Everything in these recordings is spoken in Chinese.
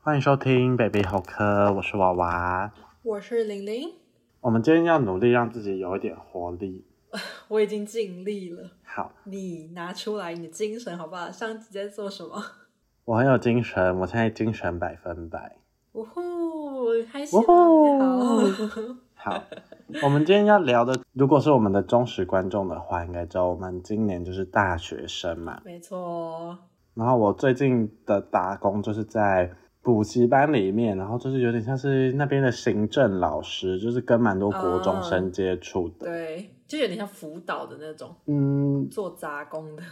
欢迎收听《北北好科》，我是娃娃。我是玲玲，我们今天要努力让自己有一点活力。我已经尽力了，好，你拿出来你的精神好不好？上集在做什么？我很有精神，我现在精神百分百。呜呼，开心呜了，呼好， 好，我们今天要聊的，如果是我们的忠实观众的话，应该知道我们今年就是大学生嘛。没错，然后我最近的打工就是在补习班里面，然后就是有点像是那边的行政老师，就是跟蛮多国中生接触的。对，就有点像辅导的那种，嗯，做杂工的，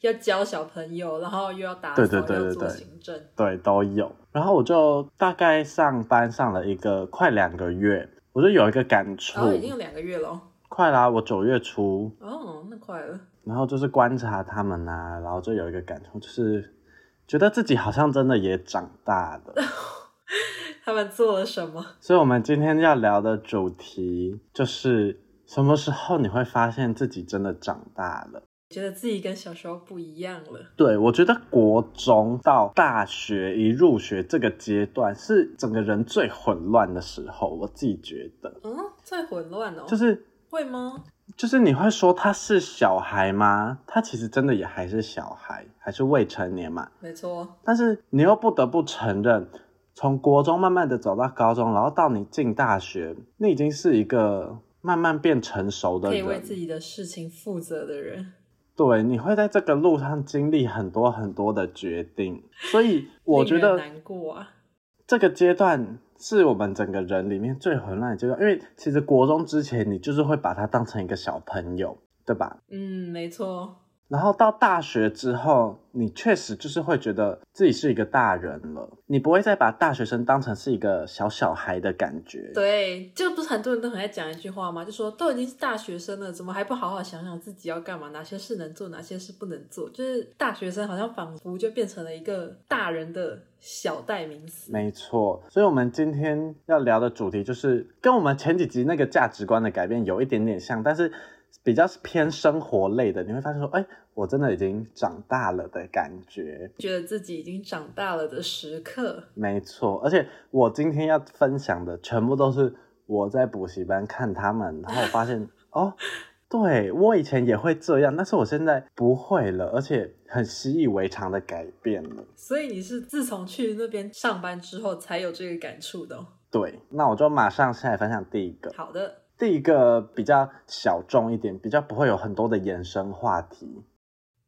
要教小朋友，然后又要打扫，对对对又要对做对行政，对，都有。然后我就大概上班上了一个快两个月，我就有一个感触然，哦后已经有两个月了，快啦、我九月初，哦，那快了， 然后就是观察他们啊，然后就有一个感触，就是觉得自己好像真的也长大了。 他们做了什么？所以，我们今天要聊的主题就是什么时候你会发现自己真的长大了？觉得自己跟小时候不一样了，对我觉得国中到大学一入学这个阶段是整个人最混乱的时候，我自己觉得，嗯，最混乱哦，就是会吗？就是你会说他是小孩吗？他其实真的也还是小孩，还是未成年嘛。没错，但是你又不得不承认，从国中慢慢的走到高中，然后到你进大学，你已经是一个慢慢变成熟的可以为人。自己的事情负责的人，对，你会在这个路上经历很多很多的决定，所以我觉令人得难过啊。这个阶段是我们整个人里面最混乱的阶段，因为其实国中之前你就是会把他当成一个小朋友，对吧？嗯，没错，然后到大学之后，你确实就是会觉得自己是一个大人了，你不会再把大学生当成是一个小小孩的感觉。，对，就不是很多人都很爱讲一句话吗？就说都已经是大学生了，怎么还不好好想想自己要干嘛？哪些事能做，哪些事不能做？就是大学生好像仿佛就变成了一个大人的小代名词。没错。所以，我们今天要聊的主题就是跟我们前几集那个价值观的改变有一点点像，但是比较是偏生活类的。你会发现说，哎，我真的已经长大了的感觉。觉得自己已经长大了的时刻，没错，而且我今天要分享的全部都是我在补习班看他们，然后我发 现哦，对我以前也会这样，但是我现在不会了，而且很习以为常的改变了。所以你是自从去那边上班之后才有这个感触的哦、对，那我就马上先来分享第一个，好的，第一个比较小众一点，比较不会有很多的延伸话题。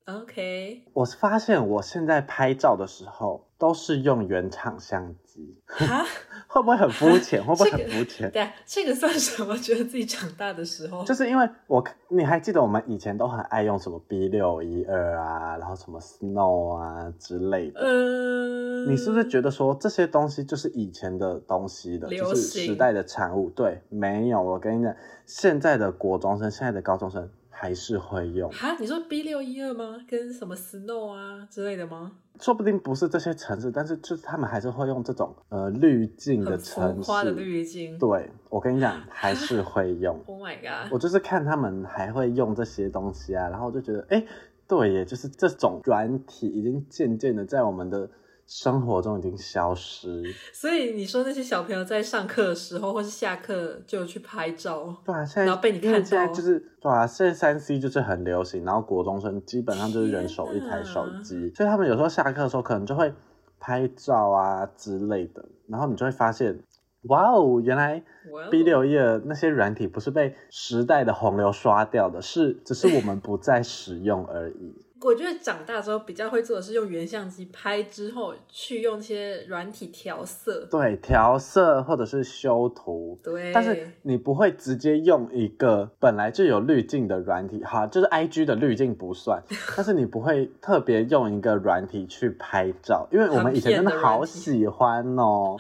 OK， 我发现我现在拍照的时候都是用原厂相机，哈，会不会很肤浅？会不会这很个肤浅？对啊，这个算什么？觉得自己长大的时候，就是因为我看，你还记得我们以前都很爱用什么 B 六一二啊，然后什么 Snow 啊之类的。呃，你是不是觉得说这些东西就是以前的东西的，流就行是时代的产物？对，没有。我跟你讲，现在的国中生、现在的高中生还是会用，哈，你说 B 六一二吗？跟什么 Snow 啊之类的吗？说不定不是这些城市，但是就是他们还是会用这种呃滤镜的很浮城夸的市。滤镜。对，我跟你讲，还是会用。 Oh my god！我就是看他们还会用这些东西啊，然后我就觉得，哎，对耶，就是这种软体已经渐渐的在我们的生活中已经消失。所以你说那些小朋友在上课的时候或是下课就去拍照，对啊，现在然后被你看因到为现在就是对啊，现在三 C 就是很流行，然后国中生基本上就是人手一台手机，所以他们有时候下课的时候可能就会拍照啊之类的，然后你就会发现。哇哦，原来哇哦 B 六页那些软体不是被时代的洪流刷掉的，是只是我们不再使用而已。我觉得长大之后比较会做的是用原相机拍之后去用一些软体调色。对，调色或者是修图，对，但是你不会直接用一个本来就有滤镜的软体，哈，就是 I G 的滤镜不算，但是你不会特别用一个软体去拍照，因为我们以前真的好喜欢哦，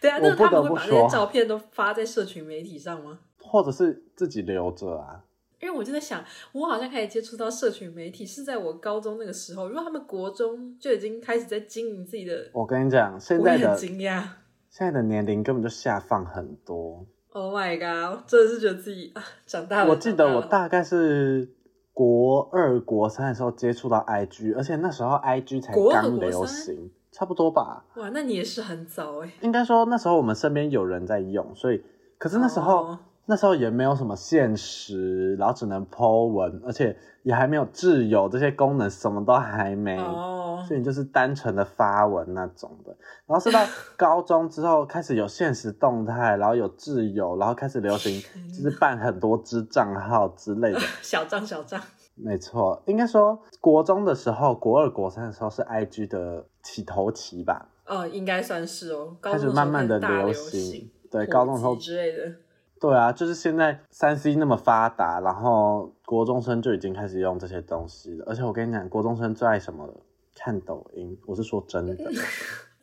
对啊，那我不他得们不会把那说些照片都发在社群媒体上吗？或者是自己留着啊，因为我就在想，我好像开始接触到社群媒体是在我高中那个时候，如果他们国中就已经开始在经营自己的我跟你讲，现我在也很的惊讶。现在的年龄根本就下放很多， Oh my god！真的是觉得自己啊长大了。我记得我长了大概是国二、国三的时候接触到 IG，而且那时候 IG 才国二刚国流三行。差不多吧。哇，那你也是很早哎、应该说那时候我们身边有人在用，所以可是那时候、哦那时候也没有什么现实，然后只能 Po 文，而且也还没有挚友这些功能，什么都还没。哦所以你就是单纯的发文那种的，然后 是到高中之后开始有现实动态，然后有挚友，然后开始流行天就是办很多支账号之类 的。小账小账，没错，应该说国中的时候，国二国三的时候是 IG 的起头期吧，呃，应该算是哦。高开中始时候慢慢的开始大流行。普对，及高中的时候之类的，对啊，就是现在三 C 那么发达，然后国中生就已经开始用这些东西了。而且我跟你讲，国中生最爱什么了？看抖音，我是说真 的。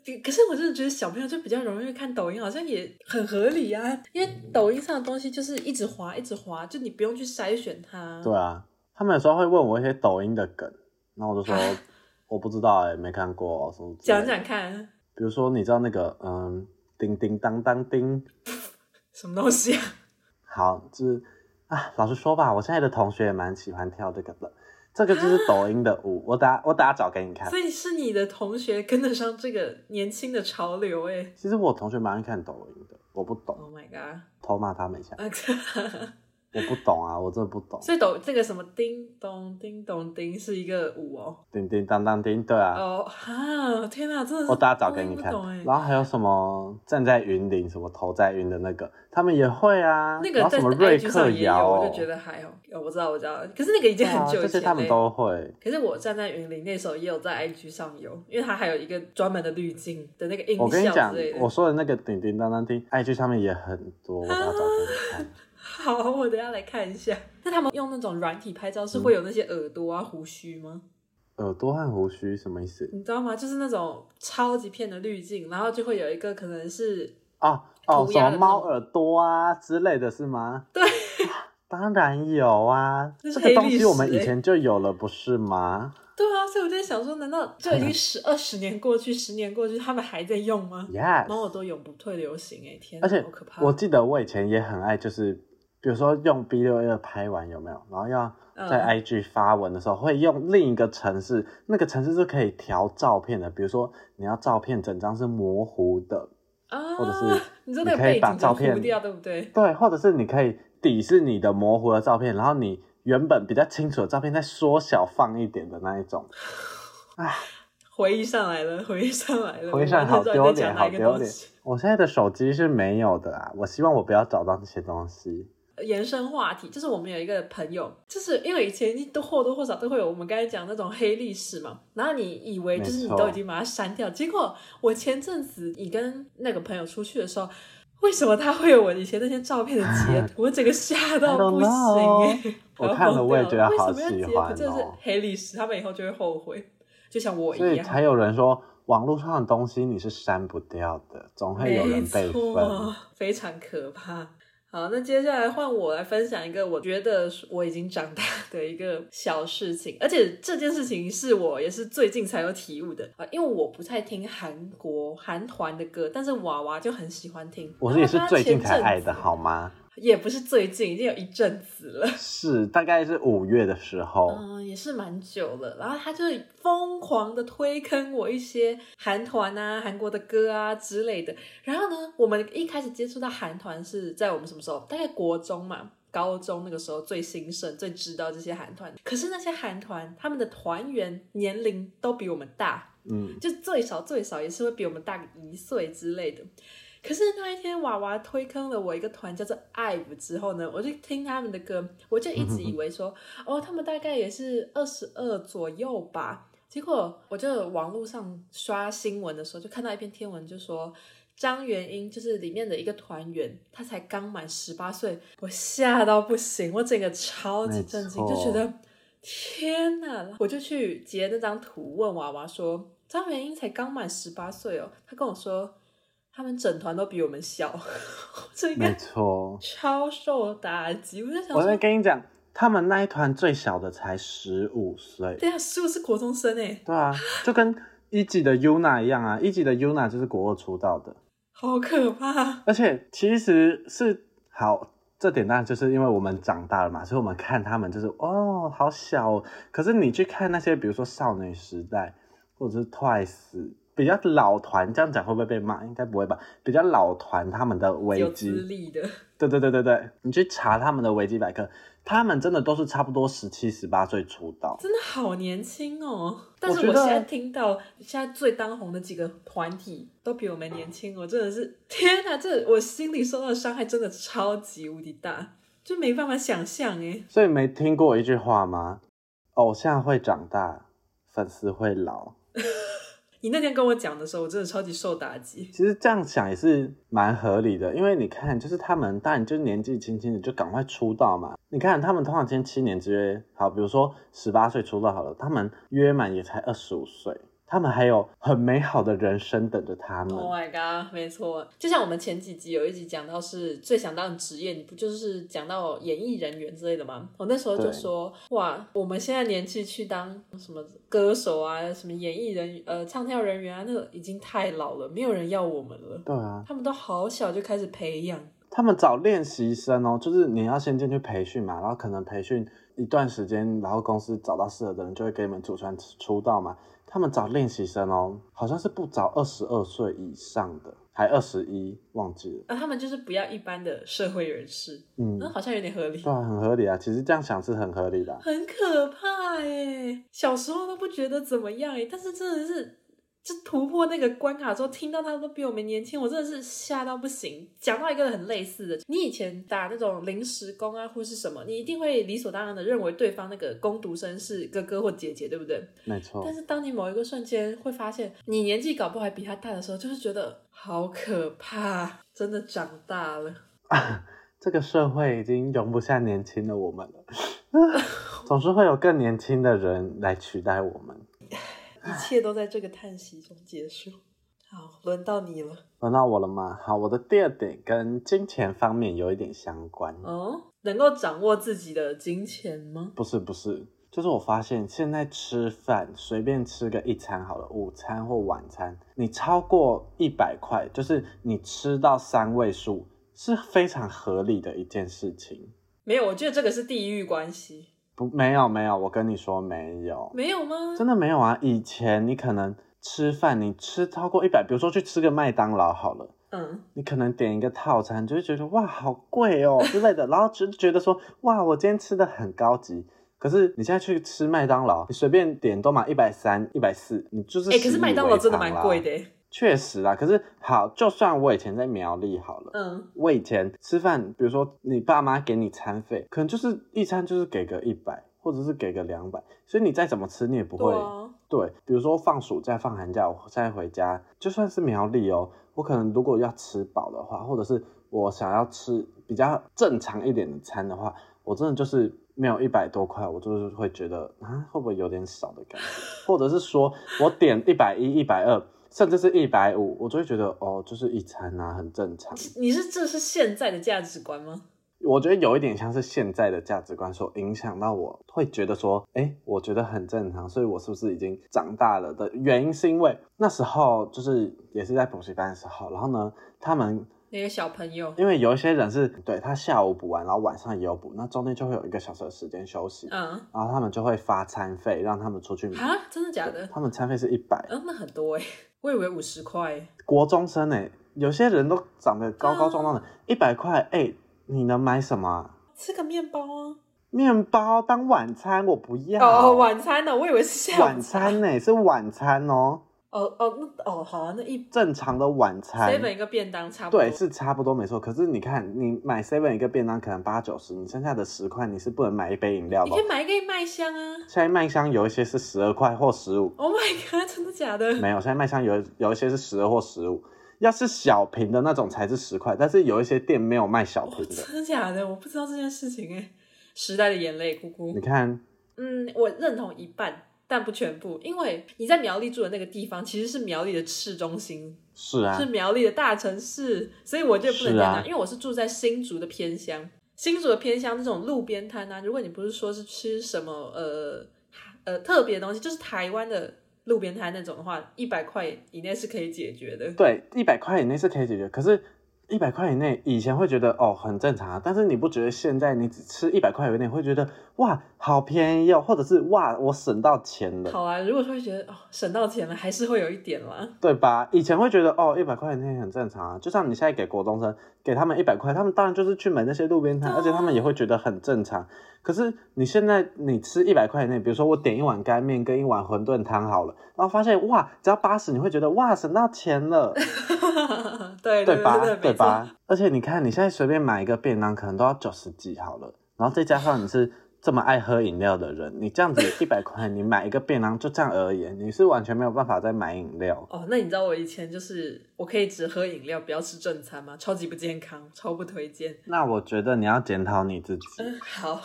比可是我真的觉得小朋友就比较容易看抖音，好像也很合理啊。因为抖音上的东西就是一直滑，一直滑，就你不用去筛选它。对啊，他们有时候会问我一些抖音的梗，然后我就说我不知道哎、没看过、什么之类啊讲的。讲看，比如说，你知道那个嗯，叮叮当当叮，什么 东西啊？好，就是啊，老实说吧，我现在的同学也蛮喜欢跳这个的。这个就是抖音的舞，我打我打找给你看。所以是你的同学跟得上这个年轻的潮流哎、其实我同学蛮爱看抖音的，我不懂， Oh my god！偷骂他们一下。啊我不懂啊，我真的不懂。 所以抖这个什么叮咚叮咚叮是一个舞哦。叮叮当当叮，对啊，哦哈！天哪，真的是我打找给你看不懂哎。然后还有什么站在云顶，什么头在云的那个，他们也会啊。那然个后在什么瑞 IG 克上也有，摇，我就觉得还好。哦，我知道，我知道，可是那个已经对很啊，久这以些前他们嘞。都会。可是我站在云林那时候也有在 IG 上有，因为它还有一个专门的滤镜的那个音我跟你效讲之类，的。我说的那个叮叮当当叮，IG 上面也很多，我打找给你啊看。好，我等一下来看一下。那他们用那种软体拍照是会有那些耳朵啊、胡须吗？耳朵和胡须什么意思？你知道吗？就是那种超级片的滤镜，然后就会有一个可能是哦哦， 涂什鸦的那种么猫耳朵啊之类的是吗？ 对啊，当然有啊，这这是个东黑历西史我们以欸前就有了，不是吗？对啊，所以我在想说，难道就已经十二十年过去，十年过去，他们还在用吗？ Yes，猫耳朵永不退流行哎、天哪，而且好可怕！我记得我以前也很爱，就是比如说用 B 六 A 拍完有没有，然后要在嗯 IG 发文的时候，会用另一个城市，那个城市是可以调照片的，比如说你要照片整张是模糊的，啊，或者是你知道那个你可以背把景照全糊片掉，对不对？对，或者是你可以抵制你的模糊的照片，然后你原本比较清楚的照片再缩小放一点的那一种，回忆上来了，回忆上来了，回想好我完全丢知道脸，你在讲哪好一个丢东脸西。我现在的手机是没有的啊，我希望我不要找到这些东西。延伸话题，就是我们有一个朋友，就是因为以前你都或多或少都会有我们刚才讲那种黑历史嘛，然后你以为就是你没错都已经把它删掉，结果我前阵子你跟那个朋友出去的时候。为什么他会有我以前那些照片的截图？我整个吓到 I don't 不行、欸！ know 我看了我也觉得好为什么要喜截欢图？就是哦黑历史，他们以后就会后悔，就像我所一以样。才有人说，网络上的东西你是删不掉的，总会有人备份。没错， 非常可怕。好，那接下来换我来分享一个我觉得我已经长大的一个小事情，而且这件事情是我也是最近才有体悟的啊、因为我不太听韩国韩团的歌，但是娃娃就很喜欢听。我也是然后他最近才前阵爱的，子好吗？也不是最近，已经有一阵子了。是，大概是五月的时候，嗯，也是蛮久了。然后他就是疯狂的推坑我一些韩团啊、韩国的歌啊之类的。然后呢，我们一开始接触到韩团是在我们什么时候？大概国中嘛。高中那个时候最兴盛，最知道这些韩团。可是那些韩团，他们的团员年龄都比我们大，嗯，就最少最少也是会比我们大个一岁之类的。可是那一天，娃娃推坑了我一个团叫做 IVE 之后呢，我就听他们的歌，我就一直以为说，哦，他们大概也是二十二左右吧。结果我就网络上刷新闻的时候，就看到一篇天文，就说张元英就是里面的一个团员，他才刚满十八岁，我吓到不行，我整个超级震惊，没就错觉得天哪！我就去截那张图，问娃娃说：“张元英才刚满十八岁哦。”他跟我说，他们整团都比我们小， 我这没个错。超受打击。我在想我在说，跟你讲，他们那一团最小的才十五岁，对啊，是不是国中生哎？对啊，就跟一级的 UNA 一样啊，一级的 UNA 就是国二出道的，好可怕！而且其实是好。这点当然就是因为我们长大了嘛，所以我们看他们就是哦，好小、哦。可是你去看那些，比如说少女时代，或者是 Twice，比较老团，这样讲会不会被骂？应该不会吧？比较老团他们的有危机资历的，对对对对对，你去查他们的维基百科，他们真的都是差不多十七、十八岁出道。真的好年轻哦。但是我觉我得现在听到现在最当红的几个团体都比我们年轻，哦我真的是天哪！这我心里受到的伤害真的超级无敌大，就没办法想象哎。所以没听过一句话吗？偶像会长大，粉丝会老。你那天跟我讲的时候，我真的超级受打击。其实这样想也是蛮合理的，因为你看，就是他们当然就是年纪轻轻的就赶快出道嘛。你看他们通常签七年之约，好，比如说十八岁出道好了，他们约满也才二十五岁，他们还有很美好的人生等着他们。 Oh my god，没错，就像我们前几集有一集讲到是最想当的职业，你不就是讲到演艺人员之类的吗？我那时候就对说，哇，我们现在年纪去当什么歌手啊，什么演艺人呃唱跳人员啊，那个已经太老了，没有人要我们了。对啊，他们都好小就开始培养，他们找练习生哦，就是你要先进去培训嘛，然后可能培训一段时间，然后公司找到适合的人，就会给你们组团出道嘛。他们找练习生哦，好像是不找二十二岁以上的，还二十一，忘记了。那、啊他们就是不要一般的社会人士，嗯，那好像有点合理。对啊，很合理啊。其实这样想是很合理的啊、很可怕哎！小时候都不觉得怎么样哎，但是真的是，就突破那个关卡之后，听到他们都比我们年轻，我真的是吓到不行。讲到一个很类似的，你以前打那种临时工啊，或是什么，你一定会理所当然的认为对方那个工读生是哥哥或姐姐，对不对？没错但。是当你某一个瞬间会发现，你年纪搞不好还比他大的时候，就是觉得好可怕，真的长大了。这个社会已经容不下年轻的我们 了，总是会有更年轻的人来取代我们。一切都在这个叹息中结束。好，轮到你了。轮到我了吗？好，我的第二点跟金钱方面有一点相关。哦，能够掌握自己的金钱吗？不是不是，就是我发现现在吃饭随便吃个一餐好了，午餐或晚餐，你超过一百块，就是你吃到三位数是非常合理的一件事情。没有，我觉得这个是地域关系。不，没有没有，我跟你说没有，没有吗？真的没有啊。以前你可能吃饭，你吃超过一百，比如说去吃个麦当劳好了。嗯，你可能点一个套餐，就会觉得哇好贵哦之类的，然后就觉得说哇我今天吃的很高级。可是你现在去吃麦当劳，你随便点都满一百三、一百四，你就是哎、可习是以麦当劳为真的常蛮啦贵的，欸。确实啦。可是好，就算我以前在苗栗好了，嗯，我以前吃饭，比如说你爸妈给你餐费，可能就是一餐就是给个一百，或者是给个两百，所以你再怎么吃你也不会对啊，对，比如说放暑假、放寒假，我再回家，就算是苗栗哦，我可能如果要吃饱的话，或者是我想要吃比较正常一点的餐的话，我真的就是没有一百多块，我就是会觉得啊，会不会有点少的 感觉？或者是说我点一百一、一百二，甚至是一百五，我就会觉得哦，就是一餐啊，很正常。你是这是现在的价值观吗？我觉得有一点像是现在的价值观所影响到我，会觉得说，哎，我觉得很正常，所以我是不是已经长大了的原因，是因为那时候就是也是在补习班的时候，然后呢，他们那个小朋友，因为有一些人是对他下午补完，然后晚上也有补，那中间就会有一个小时的时间休息，嗯，然后他们就会发餐费让他们出去买，啊，真的假的？他们餐费是一百，嗯，那很多哎，我以为五十块欸。国中生哎，有些人都长得高高壮壮的，啊一百块哎，你能买什么啊？吃个面包啊！面包当晚餐我不要。哦，晚餐呢、我以为是下午晚餐呢、是晚餐哦，哦哦，那哦好啊，那一正常的晚餐。 seven 一个便当差不多。对，是差不多没错。可是你看，你买 seven 一个便当可能八九十，你剩下的十块你是不能买一杯饮料你的可哦。以买一个麦香啊。现在麦香有一些是十二块或十五， Oh my god！真的假的？没有，现在麦香有有一些是十二或十五。要是小瓶的那种才是十块，但是有一些店没有卖小哦瓶，的。真的假的？我不知道这件事情哎、时代的眼泪，姑你姑。看，嗯，我认同一半，但不全部，因为你在苗栗住的那个地方其实是苗栗的市中心，是啊是，苗栗的大城市，所以我就不能这样是讲，啊因为我是住在新竹的偏乡。新竹的偏乡那种路边摊啊，如果你不是说是吃什么呃呃特别的东西，就是台湾的路边摊那种的话，一百块以内是可以解决的。对，一百块以内是可以解决。可是一百块以内，以前会觉得哦很正常啊，但是你不觉得现在你只吃一百块以内会觉得哇好便宜哦，或者是哇我省到钱了，好啊，如果说觉得哦省到钱了，还是会有一点啦。 对吧？以前会觉得哦一百块以内很正常啊，就像你现在给国中生给他们一百块，他们当然就是去买那些路边摊，对啊而且他们也会觉得很正常。可是你现在你吃一百块以内，比如说我点一碗干面跟一碗馄饨汤好了，然后发现哇只要八十，你会觉得哇省到钱了。对对对吧？对，对没错？吧？而且你看，你现在随便买一个便当，可能都要九十几好了，然后再加上你是这么爱喝饮料的人，你这样子一百块，你买一个便当，就这样而言，你是完全没有办法再买饮料。哦，那你知道我以前就是我可以只喝饮料，不要吃正餐吗？超级不健康，超不推荐。 那我觉得你要检讨你自己。嗯，好。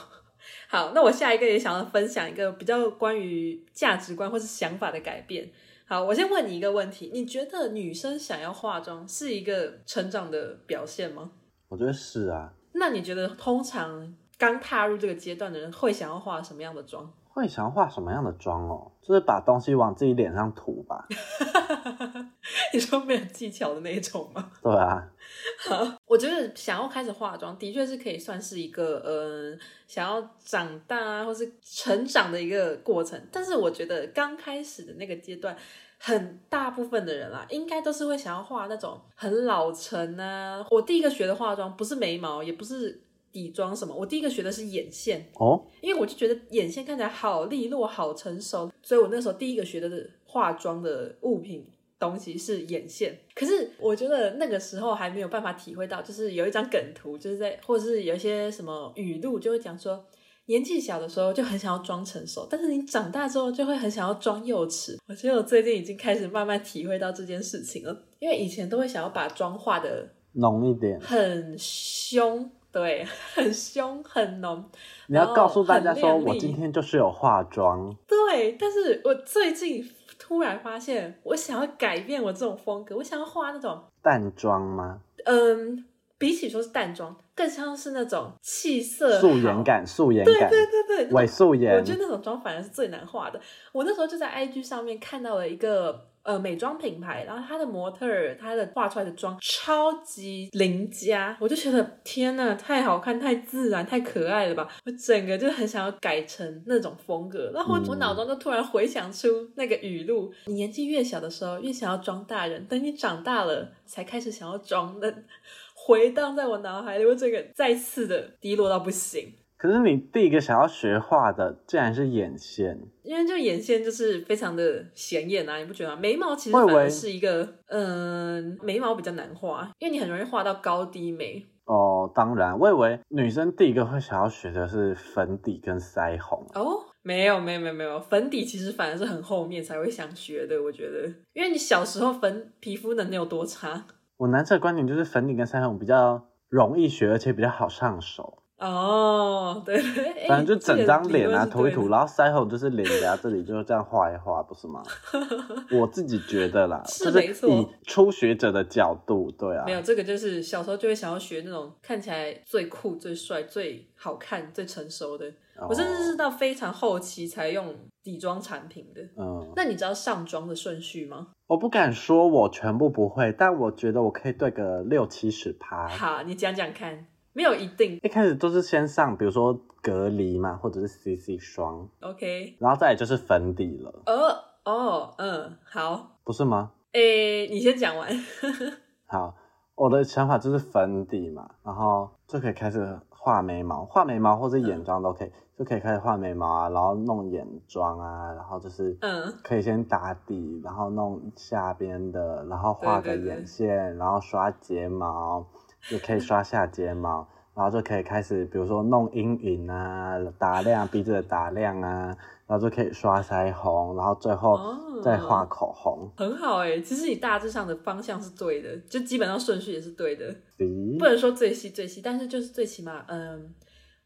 好，那我下一个也想要分享一个比较关于价值观或是想法的改变。好，我先问你一个问题：你觉得女生想要化妆是一个成长的表现吗？我觉得是啊，那你觉得通常刚踏入这个阶段的人会想要化什么样的妆？ 会想要化什么样的妆哦？就是把东西往自己脸上涂 吧。你说没有技巧的那一种吗？对啊，我觉得想要开始化妆，的确是可以算是一个呃，想要长大啊，或是成长的一个过程。但是我觉得刚开始的那个阶段，很大部分的人啦、应该都是会想要画那种很老成啊。我第一个学的化妆不是眉毛，也不是底妆什么，我第一个学的是眼线。哦，因为我就觉得眼线看起来好利落、好成熟，所以我那时候第一个学的化妆的物品东西是眼线。可是我觉得那个时候还没有办法体会到，就是有一张梗图，就是在或者是有一些什么语录，就会讲说。年纪小的时候就很想要装成熟，但是你长大之后就会很想要装幼稚。我觉得我最近已经开始慢慢体会到这件事情了，因为以前都会想要把妆化的浓一点。很凶，对， 很凶很浓，你要然后告诉大很家说，靓丽我今天就是有化妆。对，但是我最近突然发现，我想要改变我这种风格，我想要画那种，淡妆吗？嗯，比起说是淡妆，更像是那种气色素颜好。感，素颜对感，对对对，伪素我颜觉。得那种妆反而是最难画的。我那时候就在 IG 上面看到了一个呃美妆品牌，然后它的模特儿她的画出来的妆超级邻家，我就觉得天呐，太好看、太自然、太可爱了吧！我整个就很想要改成那种风格。然后我,、嗯我脑中就突然回想出那个语录：你年纪越小的时候越想要装大人，等你长大了才开始想要装嫩。回荡在我脑海里，我整个再次的低落到不行。可是你第一个想要学画的，竟然是眼线，因为就眼线就是非常的显眼啊，你不觉得吗？眉毛其实我以反为而是一个，嗯、眉毛比较难画，因为你很容易画到高低眉。哦，当然，我以为女生第一个会想要学的是粉底跟腮红。哦，没有没有没有没有，粉底其实反而是很后面才会想学的，我觉得，因为你小时候粉皮肤能力有多差我男生的观点就是粉底跟腮红比较容易学，而且比较好上手。哦，对，哎反正就整张脸啊这涂一个理论是对的涂，然后腮红就是脸颊这里就这样画一画，不是 吗？我自己觉得啦，是就是没错以初学者的角度，对啊没，有，这个就是小时候就会想要学那种看起来最酷、最帅、最好看、最成熟的。哦我甚至是到非常后期才用底妆产品的。哦嗯，那你知道上妆的顺序吗？我不敢说我全部不会，但我觉得我可以对个六七十趴。好，你讲讲看，没有一定。一开始都是先上，比如说隔离嘛，或者是 CC 霜， OK，然后再来就是粉底了，哦哦，嗯，好，不是吗？诶，你先讲完。好，我的想法就是粉底嘛，然后就可以开始画眉毛，画眉毛或者眼妆都可以，就可以开始画眉毛啊，然后弄眼妆啊，然后就是嗯，可以先打底，然后弄下边的，然后画个对对对眼线，然后刷睫毛，也可以刷下睫毛，然后就可以开始，比如说弄阴影啊，打亮鼻子的打亮啊，然后就可以刷腮红，然后最后哦，再画口红。很好诶，其实你大致上的方向是对的，就基本上顺序也是对的，咦不能说最细最细，但是就是最起码，嗯，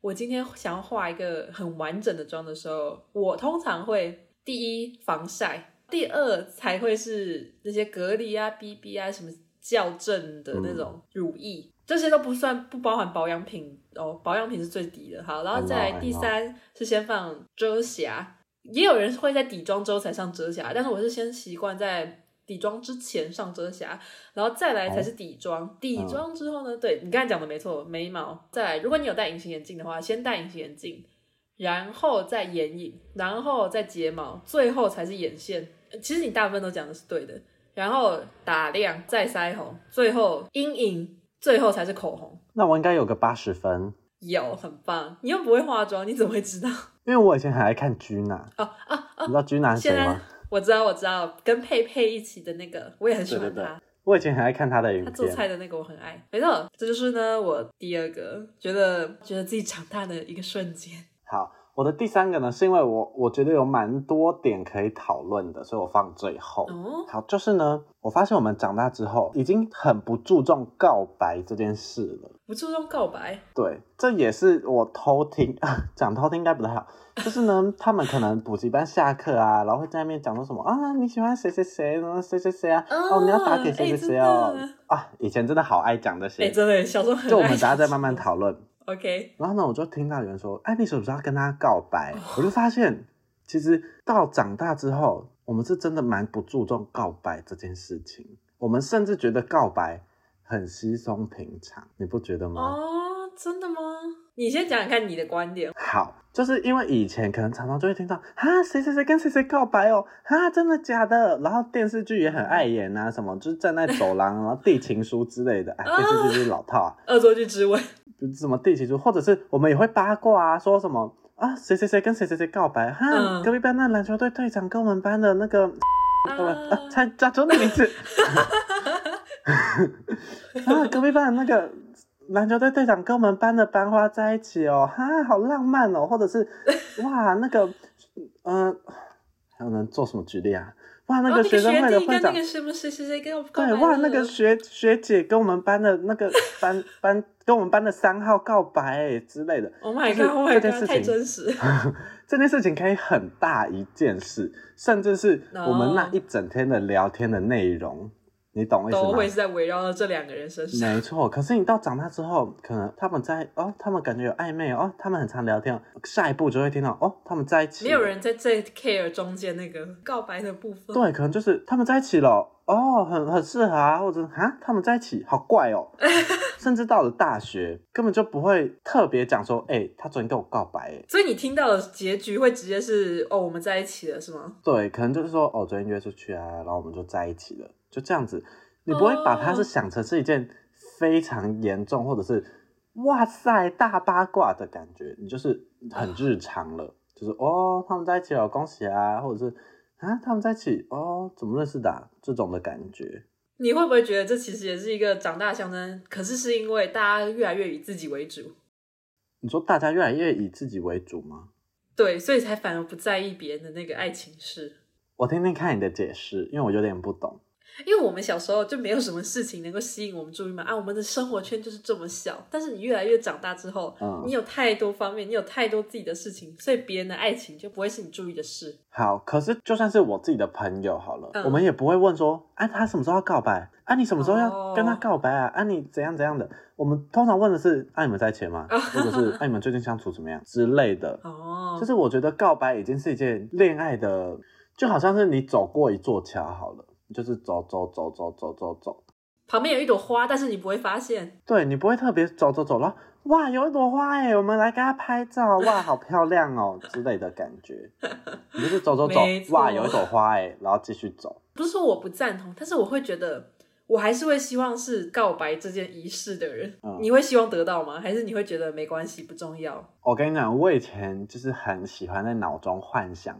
我今天想要画一个很完整的妆的时候，我通常会第一防晒，第二才会是那些隔离啊、BB 啊什么校正的那种乳液，这些都不算不包含保养品哦，保养品是最低的。好，然后再很好来第很好三是先放遮瑕，也有人会在底妆之后才上遮瑕，但是我是先习惯在底妆之前上遮瑕，然后再来哦才是底妆。底嗯妆之后呢，对你刚才讲的没错，眉毛。再来，如果你有戴隐形眼镜的话，先戴隐形眼镜，然后再眼影，然后再睫毛，最后才是眼线。呃其实你大部分都讲的是对的。然后打亮，再腮红，最后阴影，最后才是口红。那我应该有个八十分，有，很棒。你又不会化妆，你怎么会知道？因为我以前很爱看 Gina，哦啊你啊！知道 Gina 是现谁在吗？我知道，我知道，跟佩佩一起的那个，我也很喜欢对对对他。我以前很爱看她的影他做片。菜的那个我很爱，没错，这就是呢我第二个觉得觉得自己长大的一个瞬间。好，我的第三个呢，是因为我我觉得有蛮多点可以讨论的，所以我放最后。哦，好，就是呢，我发现我们长大之后已经很不注重告白这件事了。不注重告白，对，这也是我偷听，啊讲偷听应该不太好。就是呢，他们可能补习班下课啊，然后会在那边讲说什么啊，你喜欢谁谁谁，然后谁谁谁啊，哦，你要打给谁谁谁哦哎真的，啊，以前真的好爱讲这哎、些，真的小时候很爱就我们大家在慢慢讨论。 OK，然后呢，我就听到有人说，哎，你什么时候要跟他告白？我就发现，其实到长大之后，我们是真的蛮不注重告白这件事情，我们甚至觉得告白很稀松平常，你不觉得吗？哦，真的吗？你先讲讲看你的观点。好，就是因为以前可能常常就会听到啊，谁谁谁跟谁谁告白哦，啊，真的假的？然后电视剧也很爱演啊，什么就是站在走廊，然后递情书之类的，哎，啊电视剧就是老套啊，恶作剧 之吻，就是什么递情书，或者是我们也会八卦啊，说什么啊，谁谁谁跟谁谁谁告白，哈、嗯隔壁班那篮球队队长跟我们班的那个啊对吧？啊，才抓住那名 字。 啊，隔壁班的那个篮球队队长跟我们班的班花在一起哦，哈，好浪漫哦。或者 是，哇，那个，嗯、还有能做什么举例啊？哇，那哦那个个学生会的弟会跟长，那个什么谁谁谁跟我告白对，哇，那个了学学姐跟我们班的那个班 班跟我们班的三号告白哎之类的， ，Oh my 就是 God，Oh 这 my 件事 God，太情真实。这件事情可以很大一件事，甚至是我们那哦一整天的聊天的内容，你懂我意思吗？嗯都会是在围绕着这两个人身上。没错，可是你到长大之后，可能他们在哦，他们感觉有暧昧哦，他们很常聊天哦，下一步就会听到哦，他们在一起，没有，人在这 care 中间那个告白的部分。对，可能就是他们在一起了哦，很很适合啊，或者啊，他们在一起好怪哦，甚至到了大学，根本就不会特别讲说，哎、他昨天跟我告白，哎，所以你听到的结局会直接是哦，我们在一起了，是吗？对，可能就是说哦，昨天约出去啊，然后我们就在一起了，就这样子，你不会把它哦是想成是一件非常严重或者是哇塞大八卦的感觉，你就是很日常了，就是哦他们在一起了，恭喜啊，或者是啊他们在一起哦怎么认识的啊、这种的感觉，你会不会觉得这其实也是一个长大的象征？可是是因为大家越来越以自己为主，你说大家越来越以自己为主吗？对，所以才反而不在意别人的那个爱情事。我听听看你的解释，因为我有点不懂。因为我们小时候就没有什么事情能够吸引我们注意嘛，啊，我们的生活圈就是这么小。但是你越来越长大之后，嗯你有太多方面，你有太多自己的事情，所以别人的爱情就不会是你注意的事。好，可是就算是我自己的朋友好了，嗯我们也不会问说，啊，他什么时候要告白？啊，你什么时候要跟他哦告白啊？啊，你怎样怎样的？我们通常问的是，啊，你们在一起了吗？或者是，啊，你们最近相处怎么样之类的。哦，就是我觉得告白已经是一件恋爱的，就好像是你走过一座桥好了，就是走走走走走走走，旁边有一朵花，但是你不会发现。对你不会特别走走走，然后哇，有一朵花哎，我们来给它拍照，哇，好漂亮哦之类的感觉。你就是走走走没，错哇，有一朵花哎，然后继续走。不是说我不赞同，但是我会觉得，我还是会希望是告白这件仪式的人。嗯你会希望得到吗？还是你会觉得没关系，不重要？我跟你讲，我以前就是很喜欢在脑中幻想，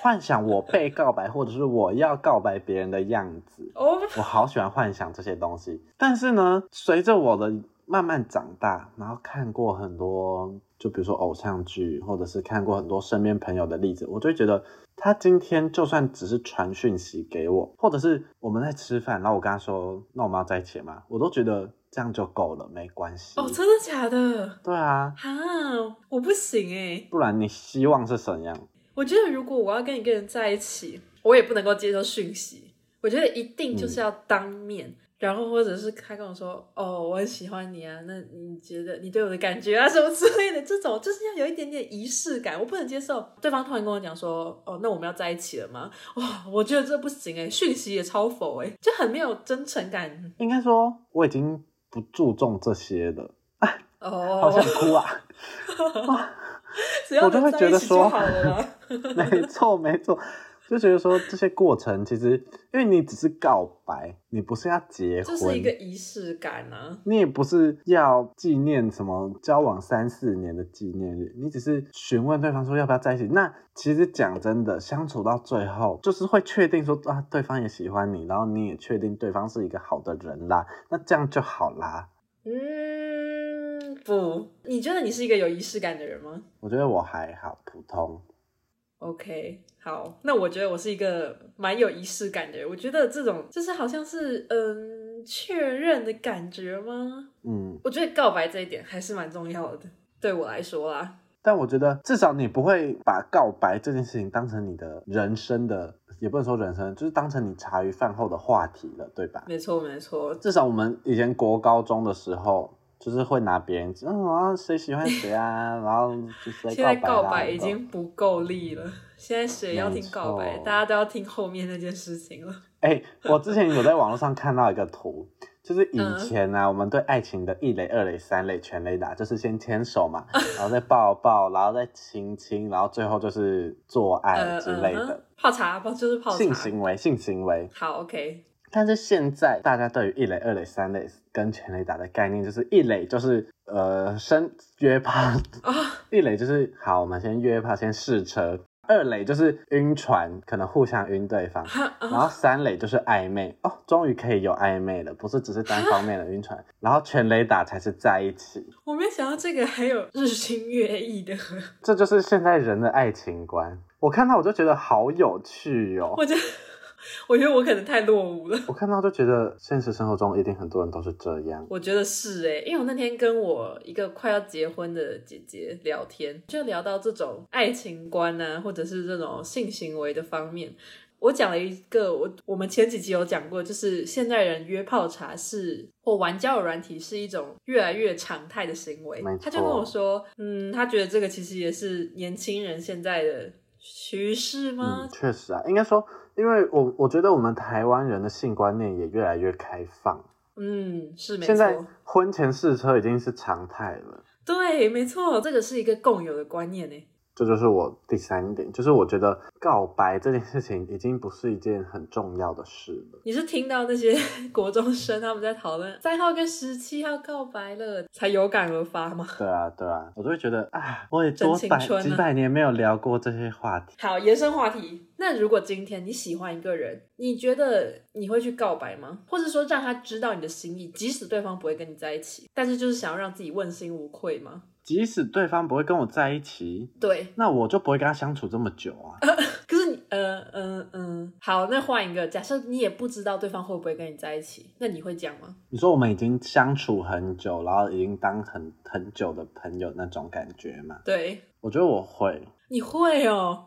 幻想我被告白，或者是我要告白别人的样子。哦、我好喜欢幻想这些东西。但是呢，随着我的慢慢长大，然后看过很多，就比如说偶像剧，或者是看过很多身边朋友的例子，我就会觉得他今天就算只是传讯息给我，或者是我们在吃饭，然后我跟他说“那我们要在一起吗？”我都觉得这样就够了，没关系。哦，真的假的？对啊，哈，我不行哎、不然你希望是怎样？我觉得如果我要跟一嗯个人在一起，我也不能够接受讯息。我觉得一定就是要当面，然后或者是他跟我说：“哦，我很喜欢你啊，那你觉得你对我的感觉啊什么之类的，这种就是要有一点点仪式感，我不能接受。”对方突然跟我讲说：“哦，那我们要在一起了吗？”哇，我觉得这不行哎、讯息也超否哎、就很没有真诚感应该说我已经不注重这些了，哦。好想哭啊！只要我就能会在觉一得起说就好了 啦。没错，没错，就觉得说这些过程其实，因为你只是告白，你不是要结就婚，是一个仪式感啊。你也不是要纪念什么交往三四年的纪念日，你只是询问对方说要不要在一起。那其实讲真的，相处到最后，就是会确定说啊，对方也喜欢你，然后你也确定对方是一个好的人啦，那这样就好啦。嗯，不，你觉得你是一个有仪式感的人吗我觉得我还好，普通。 ？OK，好，那我觉得我是一个蛮有仪式感的人。我觉得这种就是好像是嗯确认的感觉吗？嗯，我觉得告白这一点还是蛮重要的，对我来说啦。但我觉得至少你不会把告白这件事情当成你的人生的，也不能说人生，就是当成你茶余饭后的话题了，对吧？没错，没错，至少我们以前国高中的时候，就是会拿别人，嗯，啊谁喜欢谁啊，然后就是现在在告告白啦啊白已经不够力了。现在谁要没听告白？错大家都要听后面那件事情了。哎、我之前有在网络上看到一个图，就是嗯以前啊，我们对爱情的一垒、二垒、三垒、全垒打，就是先牵手嘛，然后再抱抱，然后再亲亲，然后最后就是做爱 呃，哎之类嗯的哼、泡茶不就是泡茶？性行为，性行为。好，OK，但是现在大家对于一垒、二垒、三垒跟全垒打的概念，就是一垒就是呃生约炮， 哦啊一垒就是好，我们先约炮，先试车；二垒就是晕船，可能互相晕对方。哈然后三垒就是暧昧哦，终于可以有暧昧了，不是只是单方面的晕船。然后全垒打才是在一起，我没想到这个还有日新月异的，这就是现在人的爱情观。我看到我就觉得好有趣哟、我觉得，我觉得我可能太落伍了。我看到就觉得现实生活中一定很多人都是这样。我觉得是哎、因为我那天跟我一个快要结婚的姐姐聊天，就聊到这种爱情观啊，或者是这种性行为的方面。我讲了一个，我我们前几集有讲过，就是现代人约泡茶是或玩交友软体是一种越来越常态的行为没。错他就跟我说，嗯，他觉得这个其实也是年轻人现在的趋势吗？嗯，确实啊，应该说，因为我我觉得我们台湾人的性观念也越来越开放，嗯，是没现在错，婚前试车已经是常态了。对，没错，这个是一个共有的观念呢。这就是我第三点，就是我觉得告白这件事情已经不是一件很重要的事了。你是听到那些 国中生他们在讨论三号跟十七号告白了，才有感而发吗？对啊，对啊，我就会觉得啊，我也真多青百春啊几百年没有聊过这些话题。好，延伸话题。那如果今天你喜欢一个人，你觉得你会去告白吗？或者说让他知道你的心意，即使对方不会跟你在一起，但是就是想要让自己问心无愧吗？即使对方不会跟我在一起，对，那我就不会跟他相处这么久 啊。可是你，呃，呃，呃，好，那换一个，假设你也不知道对方会不会跟你在一起，那你会讲吗？你说我们已经相处很久，然后已经当很很久的朋友那种感觉嘛？对，我觉得我会，你会哦？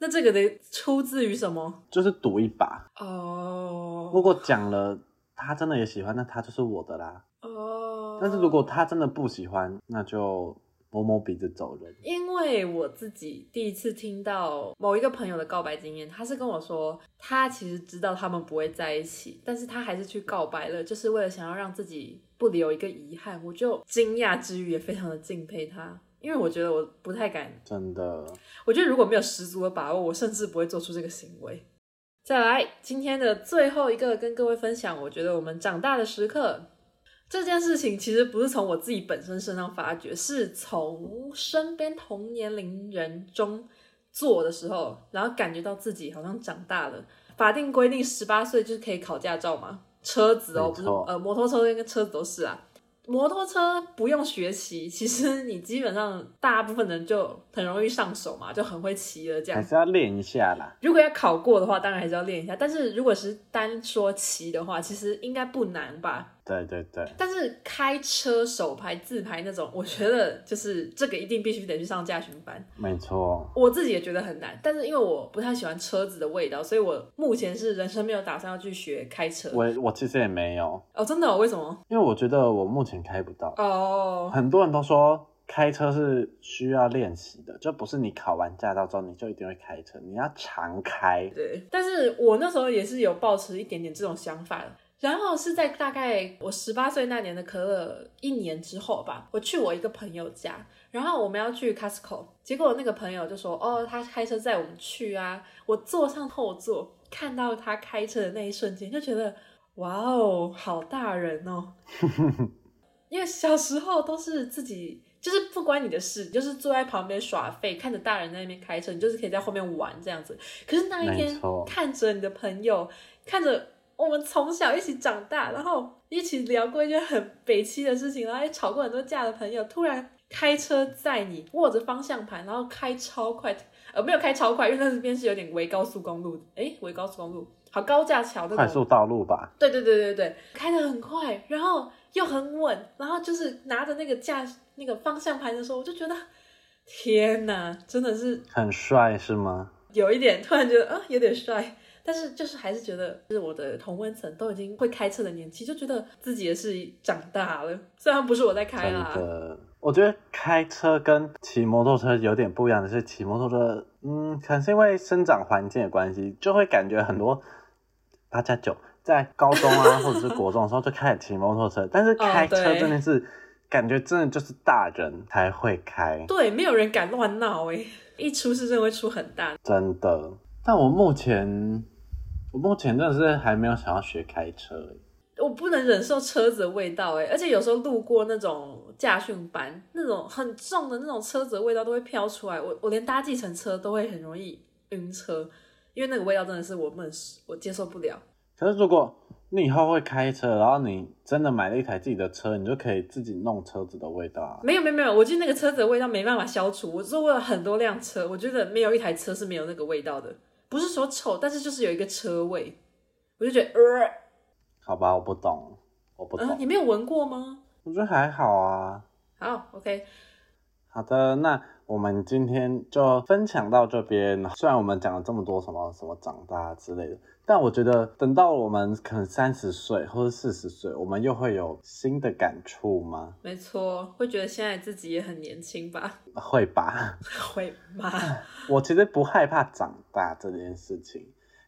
那这个得出自于什么？就是赌一把。如哦果讲了他真的也喜欢，那他就是我的啦。哦。但是如果他真的不喜欢，那就摸摸鼻子走人。因为我自己第一次听到某一个朋友的告白经验，他是跟我说，他其实知道他们不会在一起，但是他还是去告白了，就是为了想要让自己不留一个遗憾。我就惊讶之余也非常的敬佩他，因为我觉得我不太敢，真的，我觉得如果没有十足的把握，我甚至不会做出这个行为。再来，今天的最后一个跟各位分享，我觉得我们长大的时刻。这件事情其实不是从我自己本身身上发觉，是从身边同年龄人中做的时候，然后感觉到自己好像长大了。法定规定十八岁就是可以考驾照嘛，车子哦，没不是错呃摩托车跟车子都是啊。摩托车不用学习， 其实你基本上大部分人就很容易上手嘛，就很会骑了这样还。是要练一下啦。如果要考过的话，当然还是要练一下。但是如果是单说骑的话，其实应该不难吧？对对对，但是开车、手牌、自拍那种，我觉得就是这个一定必须得去上驾训班。没错，我自己也觉得很难，但是因为我不太喜欢车子的味道，所以我目前是人生没有打算要去学开车。我我其实也没有，哦，真的、哦？为什么？因为我觉得我目前开不到。哦，很多人都说开车是需要练习的，就不是你考完驾照之后你就一定会开车，你要常开。对，但是我那时候也是有抱持一点点这种想法的。然后是在大概我十八岁那年的可乐一年之后吧，我去我一个朋友家，然后我们要去 Costco，结果那个朋友就说：“哦，他开车载我们去啊。”我坐上后座，看到他开车的那一瞬间，就觉得哇哦，好大 人哦！因为小时候都是自己，就是不关你的事，你就是坐在旁边耍废，看着大人在那边开车，你就是可以在后面玩这样子。可是那一天没错看着你的朋友，看着我们从小一起长大，然后一起聊过一些很北戚的事情，然后也吵过很多架的朋友，突然开车载你，握着方向盘，然后开超快，呃，没有开超快，因为那边是有点围高速公路，诶，围高速公路，好高架桥那快种速道路吧，对对对对对，开得很快，然后又很稳，然后就是拿着那个驾那个方向盘的时候，我就觉得天哪，真的是很帅是吗？有一点突然觉得啊、有点帅，但是就是还是觉得，就是我的同温层都已经会开车的年纪，就觉得自己也是长大了，虽然不是我在开真啦，的，我觉得开车跟骑摩托车有点不一样的是，骑摩托车，嗯，可能是因为生长环境的关系，就会感觉很多八加九在高中啊或者是国中的时候就开始骑摩托车，但是开车哦对真的是、感觉真的就是大人才会开，对，没有人敢乱闹诶、一出事真的会出很大，真的。但我目前，我目前真的是还没有想要学开车、欸我不能忍受车子的味道哎、而且有时候路过那种驾训班，那种很重的那种车子的味道都会飘出来，我我连搭计程车都会很容易晕车，因为那个味道真的是我不能我接受不了。可是如果你以后会开车，然后你真的买了一台自己的车，你就可以自己弄车子的味道啊。没有没有没有，我觉得那个车子的味道没办法消除，我坐过了很多辆车，我觉得没有一台车是没有那个味道的，不是说臭，但是就是有一个车味，我就觉得呃，好吧，我不懂，我不嗯、懂，你没有闻过吗？我觉得还好啊。好，OK，好的，那我们今天就分享到这边。虽然我们讲了这么多什么什么长大之类的，但我觉得等到我们可能三十岁或者四十岁，我们又会有新的感触吗？没错，会觉得现在自己也很年轻吧？ 会吧。会吗？我其实不害怕长大这件事情，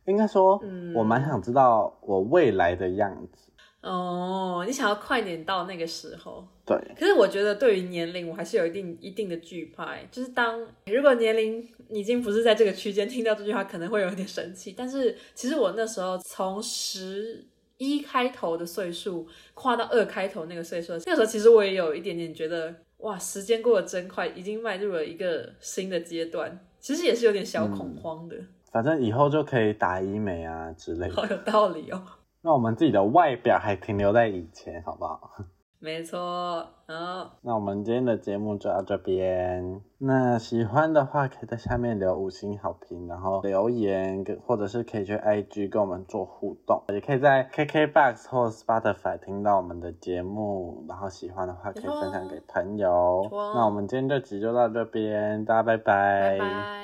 应该说，嗯我蛮想知道我未来的样子。哦，你想要快点到那个时候，对，可是我觉得对于年龄，我还是有一定一定的惧怕欸。就是当如果年龄已经不是在这个区间，听到这句话可能会有一点生气。但是其实我那时候从十一开头的岁数跨到二开头那个岁数，那个时候其实我也有一点点觉得，哇，时间过得真快，已经迈入了一个新的阶段，其实也是有点小恐慌的， 反正以后就可以打医美啊之类好的。有道理哦。那我们自己的外表还停留在以前，好不好？没错，然后那我们今天的节目就到这边。那喜欢的话，可以在下面留五星好评，然后留言，跟或者是可以去 IG 跟我们做互动，也可以在 KKBox 或 Spotify 听到我们的节目。然后喜欢的话，可以分享给朋友没错。那我们今天这集就到这边，大家拜拜拜。